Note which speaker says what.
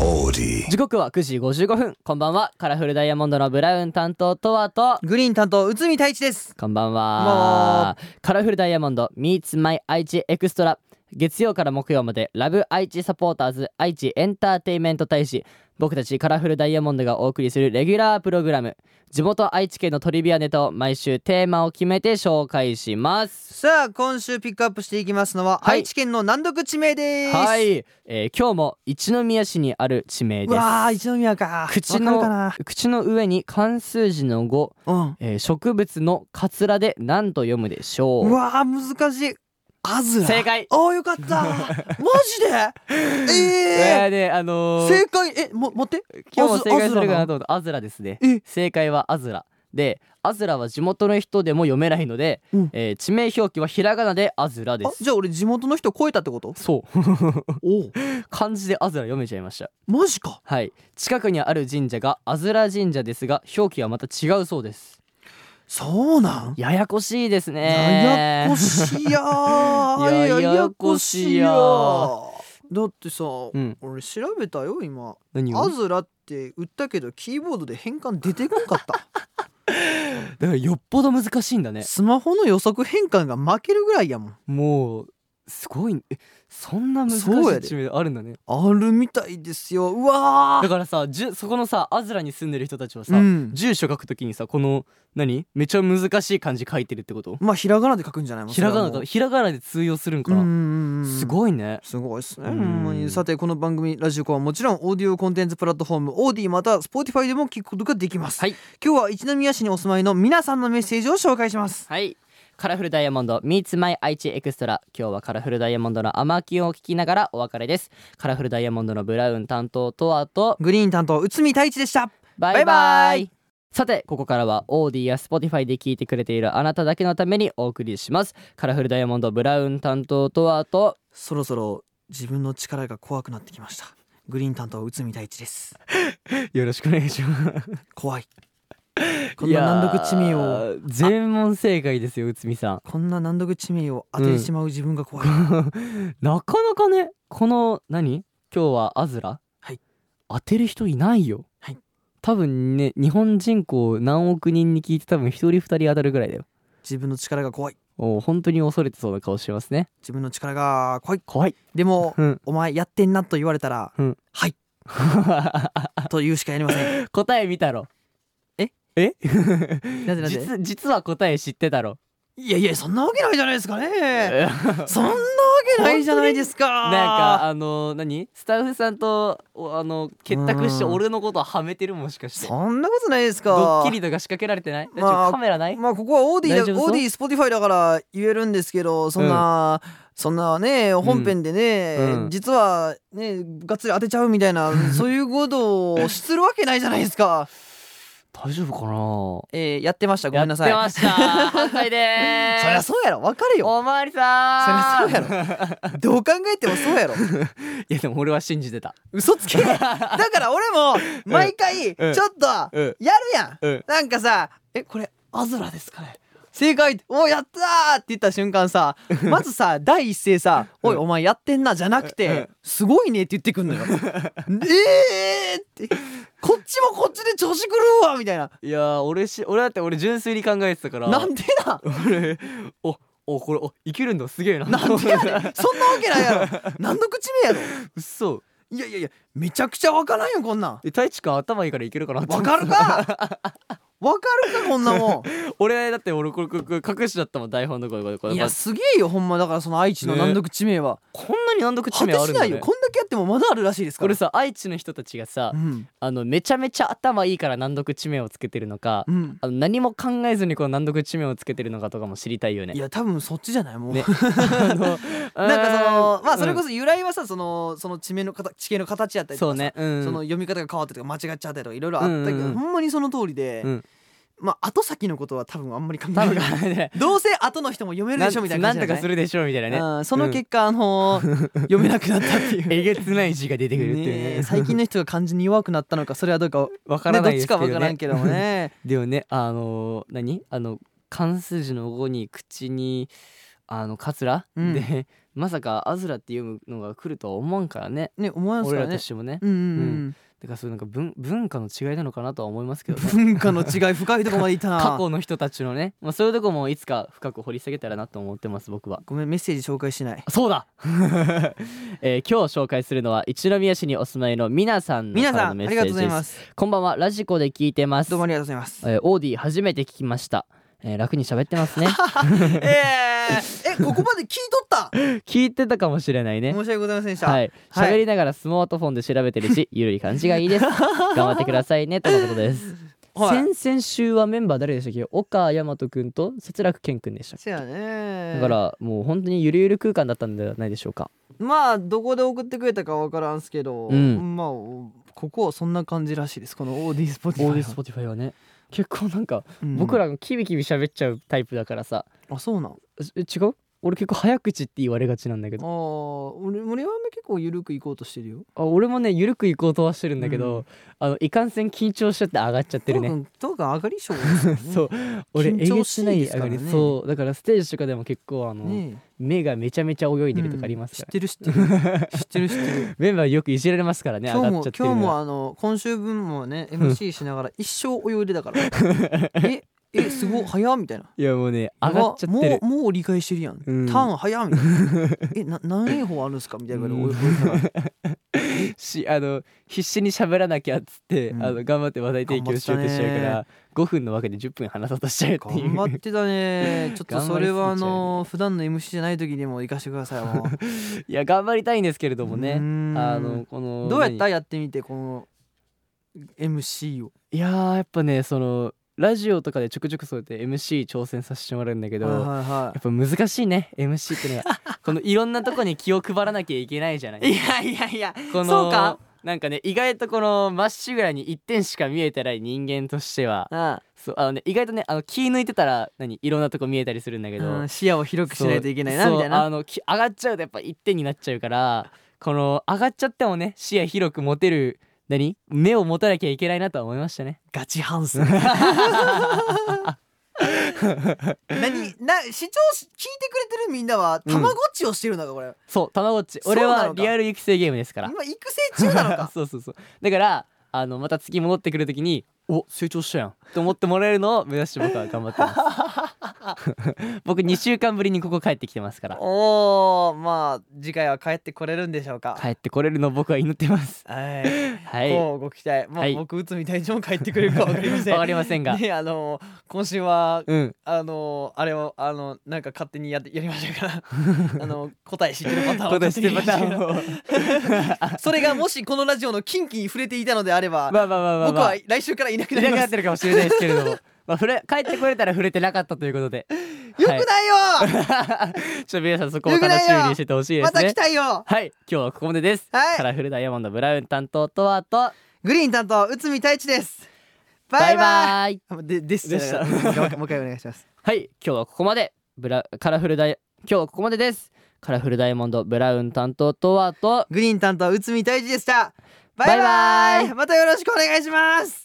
Speaker 1: オーディ
Speaker 2: 時刻は9時55分こんばんはカラフルダイヤモンドのブラウン担当とわと
Speaker 3: グリーン担当内海太一です
Speaker 2: こんばん
Speaker 3: ま
Speaker 2: はカラフルダイヤモンド Meets My 愛知エクストラ月曜から木曜までラブ愛知サポーターズ愛知エンターテイメント大使僕たちカラフルダイヤモンドがお送りするレギュラープログラム地元愛知県のトリビアネタを毎週テーマを決めて紹介します
Speaker 3: さあ今週ピックアップしていきますのは、
Speaker 2: はい
Speaker 3: 愛知県の難読地名です
Speaker 2: はい、えー今日も一宮市にある地名
Speaker 3: う
Speaker 2: です
Speaker 3: わあ一宮か
Speaker 2: 口
Speaker 3: わかるか
Speaker 2: の口の上に漢数字の5、
Speaker 3: な
Speaker 2: えー植物のカツラで何と読むでしょ
Speaker 3: うんう
Speaker 2: う
Speaker 3: わあ難しいアズラ
Speaker 2: 正解
Speaker 3: ああよかっ たマジで
Speaker 2: え
Speaker 3: え
Speaker 2: ー、ねあ
Speaker 3: え
Speaker 2: のー、
Speaker 3: 正解えも待って
Speaker 2: 今日も正解するかな
Speaker 3: アズ
Speaker 2: と思ったアズラですね
Speaker 3: え
Speaker 2: 正解はアズラでアズラは地元の人でも読めないので、
Speaker 3: うん
Speaker 2: えー地名表記はひらがなでアズラで
Speaker 3: あ
Speaker 2: す
Speaker 3: じゃあ俺地元の人超えたってこと
Speaker 2: そう
Speaker 3: おお
Speaker 2: 漢字でアズラ読めちゃいました
Speaker 3: マジか
Speaker 2: はい近くにある神社がアズラ神社ですが表記はまた違うそうです
Speaker 3: そうなん
Speaker 2: ややこしいですね
Speaker 3: ややこしや ー
Speaker 2: ややこしや
Speaker 3: ややこしやだってさ、
Speaker 2: ん
Speaker 3: 俺調べたよ今
Speaker 2: 何
Speaker 3: ア
Speaker 2: を
Speaker 3: ズラって売ったけどキーボードで変換出てこんかった
Speaker 2: だからよっぽど難しいんだね
Speaker 3: スマホの予測変換が負けるぐらいやもん
Speaker 2: もうすごいえそんな難し
Speaker 3: そうや
Speaker 2: い
Speaker 3: で
Speaker 2: 地名あるんだね
Speaker 3: あるみたいですようわ
Speaker 2: だ
Speaker 3: ー
Speaker 2: からさじゅそこのさアズラに住んでる人たちはさ、
Speaker 3: うん
Speaker 2: 住所書くときにさこの何めちゃ難しい漢字書いてるってこと
Speaker 3: まあひらがなで書くんじゃないもん
Speaker 2: ひらがな
Speaker 3: それはも
Speaker 2: が
Speaker 3: う
Speaker 2: ひらがなで通用するんか
Speaker 3: うん
Speaker 2: な、
Speaker 3: うんうん
Speaker 2: すごいね
Speaker 3: すごいですね、
Speaker 2: うん
Speaker 3: ほんまにさてこの番組ラジオコはもちろんオーディオコンテンツプラットフォームオーディまたは Spotify でも聞くことができます、
Speaker 2: はい
Speaker 3: 今日は一宮市にお住まいの皆さんのメッセージを紹介します
Speaker 2: はいカラフルダイヤモンド Meets My 愛知エクストラ今日はカラフルダイヤモンドの甘きを聞きながらお別れですカラフルダイヤモンドのブラウン担当とわと
Speaker 3: グリーン担当内海太一でした
Speaker 2: バイバイ
Speaker 3: バイバイ
Speaker 2: さてここからはオーディや Spotify で聞いてくれているあなただけのためにお送りしますカラフルダイヤモンドブラウン担当とはと
Speaker 3: そろそろ自分の力が怖くなってきましたグリーン担当内海太一です
Speaker 2: よろしくお願いします
Speaker 3: 怖いこんな難読地名を
Speaker 2: 全問正解ですよ内海さん
Speaker 3: こんな難読地名を当ててしまう自分が怖い、
Speaker 2: なかなかねこの何今日はアズラ、
Speaker 3: はい
Speaker 2: 当てる人いないよ、
Speaker 3: はい
Speaker 2: 多分ね日本人口何億人に聞いて多分一人二人当たるぐらいだよ
Speaker 3: 自分の力が怖い
Speaker 2: お本当に恐れてそうな顔してますね
Speaker 3: 自分の力が怖い
Speaker 2: 怖い
Speaker 3: でも、
Speaker 2: うん
Speaker 3: お前やってんなと言われたら、
Speaker 2: うん
Speaker 3: はいと言うしかやりません
Speaker 2: 答え見たろ
Speaker 3: え
Speaker 2: え
Speaker 3: なぜなぜ
Speaker 2: 実実は答え知ってたろ
Speaker 3: いやいやそんなわけないじゃないですか ねそんなわけないじゃないですか
Speaker 2: なんかあの何スタッフさんとおあの結託して
Speaker 3: うん
Speaker 2: 俺のことはめてるもしかして
Speaker 3: そんなことないですか
Speaker 2: ドッキリとか仕掛けられてない、大丈夫
Speaker 3: まあ
Speaker 2: カメラない
Speaker 3: まあここはオーディ
Speaker 2: 大丈
Speaker 3: だ
Speaker 2: 夫そう
Speaker 3: オーディスポティファイだから言えるんですけどそんな、そんなね本編でね、
Speaker 2: うん
Speaker 3: 実はねがっつり当てちゃうみたい なそういうことをするわけないじゃないですか、
Speaker 2: 大丈夫かな
Speaker 3: えー、やってましたごめんなさい
Speaker 2: やってました反対でーす
Speaker 3: そりゃそうやろわかるよ
Speaker 2: おまわりさーん
Speaker 3: そりゃそう
Speaker 2: や
Speaker 3: どう考えてもそうやろ
Speaker 2: ろいやでも俺は信じてた
Speaker 3: 嘘 つけだから俺も毎回ちょ
Speaker 2: う
Speaker 3: っ
Speaker 2: ん
Speaker 3: と
Speaker 2: うん
Speaker 3: やるやん、
Speaker 2: うん
Speaker 3: なんかさ「えこれアズラですかね正解おやったー!」って言った瞬間 さまずさ第一声さ「おいお前やってんな」じゃなくて「
Speaker 2: うん
Speaker 3: すごいね」って言ってく んのよ。えーってこっちもこっちで調子狂うわみたいな。
Speaker 2: いやー俺し俺だって俺純粋に考えてたから
Speaker 3: なんでな
Speaker 2: 俺おおこれおいけるんだす げえな
Speaker 3: なんでやねんそんなわけないやろ 何の口名やろ
Speaker 2: うっそ
Speaker 3: いやいやいやめちゃくちゃわからんよこ んなん
Speaker 2: え太一君頭いいからいけるかなって
Speaker 3: わかるかわかるか こんなもん
Speaker 2: 俺だって俺これこれこれ隠しだったもん台本のこれこれこれ
Speaker 3: いやすげえよほんまだからその愛知の難読地名は、
Speaker 2: こんなに難読地
Speaker 3: 果て
Speaker 2: 名ある
Speaker 3: し
Speaker 2: んだ、
Speaker 3: な
Speaker 2: ね、
Speaker 3: いよこんだけやってもまだあるらしいですか
Speaker 2: こ
Speaker 3: ら
Speaker 2: れさ愛知の人たちがさ、
Speaker 3: うん
Speaker 2: あのめちゃめちゃ頭いいから難読地名をつけてるのか、
Speaker 3: うん
Speaker 2: あの何も考えずにこの難読地名をつけてるのかとかも知りたいよね
Speaker 3: いや多分そっちじゃないもう、
Speaker 2: ね あの
Speaker 3: なんかそのまあそれこ
Speaker 2: そ、
Speaker 3: そ由来はさそのその地名の形地形の形やった
Speaker 2: うん
Speaker 3: りと
Speaker 2: そう
Speaker 3: かさ
Speaker 2: ね、うん、
Speaker 3: その読み方が変わったりとか間違っちゃったりとかいろいろあったけ
Speaker 2: う
Speaker 3: ど、
Speaker 2: んうんうん
Speaker 3: ほんまにその通りで、
Speaker 2: うん
Speaker 3: まあ後先のことは多分あんまり考え
Speaker 2: 多 分
Speaker 3: ない
Speaker 2: ね
Speaker 3: どうせ後の人も読める
Speaker 2: な
Speaker 3: で
Speaker 2: ん
Speaker 3: しょみたい
Speaker 2: な
Speaker 3: な感
Speaker 2: ん
Speaker 3: じ
Speaker 2: と
Speaker 3: じゃ
Speaker 2: かするでしょうみたいなね、
Speaker 3: うんその結果、あのー読めなくなったって いう
Speaker 2: えげつない字が出てくるっていう
Speaker 3: ね
Speaker 2: ね
Speaker 3: え最近の人が漢字に弱くなったのかそれはどうか
Speaker 2: わからないですけどね
Speaker 3: どっちかわからんけどもね
Speaker 2: でもねあの何あの漢数字の5に口にあのカツラ、
Speaker 3: うん
Speaker 2: でまさかアズラって読むのが来るとは思わんからね
Speaker 3: ね思わんすか
Speaker 2: 俺
Speaker 3: ら
Speaker 2: ら
Speaker 3: ね
Speaker 2: としてもね
Speaker 3: うんうん
Speaker 2: だからそういうなんか文文化の違いなのかなとは思いますけど
Speaker 3: うん
Speaker 2: ね
Speaker 3: 文化の違い深いとこまでいったな
Speaker 2: 過去の人たちのね、まあ、そういうとこもいつか深く掘り下げたらなと思ってます僕は
Speaker 3: ごめんメッセージ紹介しない
Speaker 2: あそうだ、 えー今日紹介するのは一宮市にお住まいの皆さんの
Speaker 3: 皆
Speaker 2: から
Speaker 3: さ
Speaker 2: の
Speaker 3: ん
Speaker 2: メッ
Speaker 3: あ
Speaker 2: セ
Speaker 3: り
Speaker 2: ー
Speaker 3: が
Speaker 2: ジ
Speaker 3: とう
Speaker 2: です
Speaker 3: ございます
Speaker 2: こんばんはラジコで聞いてます
Speaker 3: どうもありがとうございます
Speaker 2: えーオーディ初めて聞きました、えー楽に喋ってます ね
Speaker 3: えー、えここまで聞い とった
Speaker 2: 聞いてたかもしれないね
Speaker 3: 申し訳ございませんでした、
Speaker 2: はい
Speaker 3: はい
Speaker 2: 喋りながらスマートフォンで調べてる しゆるい感じがいいです頑張ってくださいねとのことです、
Speaker 3: はい
Speaker 2: 先々週はメンバー誰でしたっけ岡大和くんと節楽健くんでしたっ
Speaker 3: せやね
Speaker 2: けだからもう本当にゆるゆる空間だったんではないでしょうか
Speaker 3: まあどこで送ってくれたかわからんすけど、
Speaker 2: うん
Speaker 3: まあおここはそんな感じらしいですこのオーディスポティ
Speaker 2: オ
Speaker 3: ファイ
Speaker 2: ーディスポティファイはね結構なんか僕
Speaker 3: 僕ら
Speaker 2: らがキビキビ喋っちゃうタイプだからさ
Speaker 3: あそうなんあ
Speaker 2: え違う俺結構早口って言われがちなんだけど
Speaker 3: ー俺俺は結構ゆるく行こうとし てるよ
Speaker 2: あ俺もねゆるく行こうとはしてるんだけど、
Speaker 3: う
Speaker 2: あのいかんせん緊張しちゃって上がっちゃってるね
Speaker 3: どうか上がり症ですよね
Speaker 2: そう俺え
Speaker 3: 緊
Speaker 2: げ
Speaker 3: 張
Speaker 2: つ
Speaker 3: し
Speaker 2: ないい
Speaker 3: で
Speaker 2: 上
Speaker 3: すか
Speaker 2: が
Speaker 3: らね
Speaker 2: りそうだからステージとかでも結構あの、
Speaker 3: ね
Speaker 2: 目がめちゃめちゃ泳いでるとかありますから、
Speaker 3: うん知ってる知ってる知ってる知ってる
Speaker 2: メンバーよくいじられますからね上
Speaker 3: 今
Speaker 2: が
Speaker 3: 日
Speaker 2: っ
Speaker 3: も
Speaker 2: ちゃってる
Speaker 3: 今日
Speaker 2: の
Speaker 3: も
Speaker 2: は
Speaker 3: あの今週分もね MC しながら一生泳いでたからええすごい早っみたいない
Speaker 2: やもうね上がっちゃってる
Speaker 3: もうもう理解してるやん、
Speaker 2: うん
Speaker 3: ターン早っみたいなえな何英法あるんすかみたいなぐらい泳いでたから
Speaker 2: しあの必死に喋らなきゃっつって、
Speaker 3: うん
Speaker 2: あの頑張って話題提供しようとしちゃうから5分のわけで10分話そうとしちゃうってい
Speaker 3: 頑
Speaker 2: う
Speaker 3: 張ってたねちょっとそれは
Speaker 2: 頑張
Speaker 3: あ
Speaker 2: りすぎちゃうよ
Speaker 3: の普段の MC じゃない時にも行かしてくださいもう
Speaker 2: いや頑張りたいんですけれども
Speaker 3: うー
Speaker 2: ね
Speaker 3: ん
Speaker 2: あのこの
Speaker 3: どうやった
Speaker 2: 何
Speaker 3: やってみてこの MC を
Speaker 2: いやーやっぱねそのラジオとかでちょくちょくそうやって MC 挑戦させてもらうんだけど、
Speaker 3: はい
Speaker 2: や
Speaker 3: はいは
Speaker 2: っぱ難しいね MC っての はこのいろんなとこに気を配らなきゃいけないじゃない
Speaker 3: いいやいやいや
Speaker 2: この
Speaker 3: そうか
Speaker 2: なんかね意外とこのまっしぐらに一点しか見えてない人間としては
Speaker 3: あ
Speaker 2: そうあの、ね、意外とねあの気抜いてたら何いろんなとこ見えたりするんだけど、
Speaker 3: うん視野を広くしないといけないな
Speaker 2: そう
Speaker 3: みたい
Speaker 2: そうあ
Speaker 3: な
Speaker 2: のき上がっちゃうとやっぱ一点になっちゃうからこの上がっちゃってもね視野広く持てる何目を持たなきゃいけないなとは思いましたね
Speaker 3: ガチ反省何な視聴し聞いてくれてるみんなは
Speaker 2: うん
Speaker 3: たまごっちをしてるのかこれ、
Speaker 2: そうたまごっち
Speaker 3: そうな
Speaker 2: 俺
Speaker 3: のか
Speaker 2: はリアル育成ゲームですから
Speaker 3: 今育成中なのか
Speaker 2: そうそうそうだからあのまた次戻ってくるときにお成長したやんと思ってもらえるのを目指して僕は頑張ってます 僕2週間ぶりにここ帰ってきてますから
Speaker 3: おおまあ次回は帰ってこれるんでしょうか
Speaker 2: 帰ってこれるのを僕は祈ってます
Speaker 3: はい
Speaker 2: はいわ
Speaker 3: こうご期待、まあ
Speaker 2: はい
Speaker 3: 僕内海隊長も帰ってくれるかわかりません
Speaker 2: かりませんが、
Speaker 3: ねあの今週は
Speaker 2: うん
Speaker 3: あのあれをあのなんか勝手にやってやりましたから あの答え知ってるパターンを
Speaker 2: 今年でまた
Speaker 3: 勝手にやりまし
Speaker 2: もう
Speaker 3: たけどそれがもしこのラジオの近畿に触れていたのであれば、
Speaker 2: まあまあまあまあ、
Speaker 3: 僕
Speaker 2: まあ、
Speaker 3: はい来週からいなくな
Speaker 2: な
Speaker 3: り
Speaker 2: く
Speaker 3: ま
Speaker 2: なっ
Speaker 3: す
Speaker 2: てるかもしれないですけれども まあ触れ帰ってこれたら触れてなかったということで
Speaker 3: よくないよ、
Speaker 2: ちょっと皆さんそこを楽しみにしててほしいで
Speaker 3: ますた
Speaker 2: ね
Speaker 3: 来たいよ
Speaker 2: はい今日はここまでです、
Speaker 3: はい
Speaker 2: カラフルダイヤモンドブラウン担当とはと
Speaker 3: グリーン担当内海太一ですバイバイ
Speaker 2: バイ
Speaker 3: あでですじゃな かったもう一回お願いします
Speaker 2: はい今日はここまでブラカラフルダイ今日はここまでですカラフルダイヤモンドブラウン担当とはと
Speaker 3: グリーン担当内海太一でしたバイバイ
Speaker 2: バイバイ
Speaker 3: またよろしくお願いします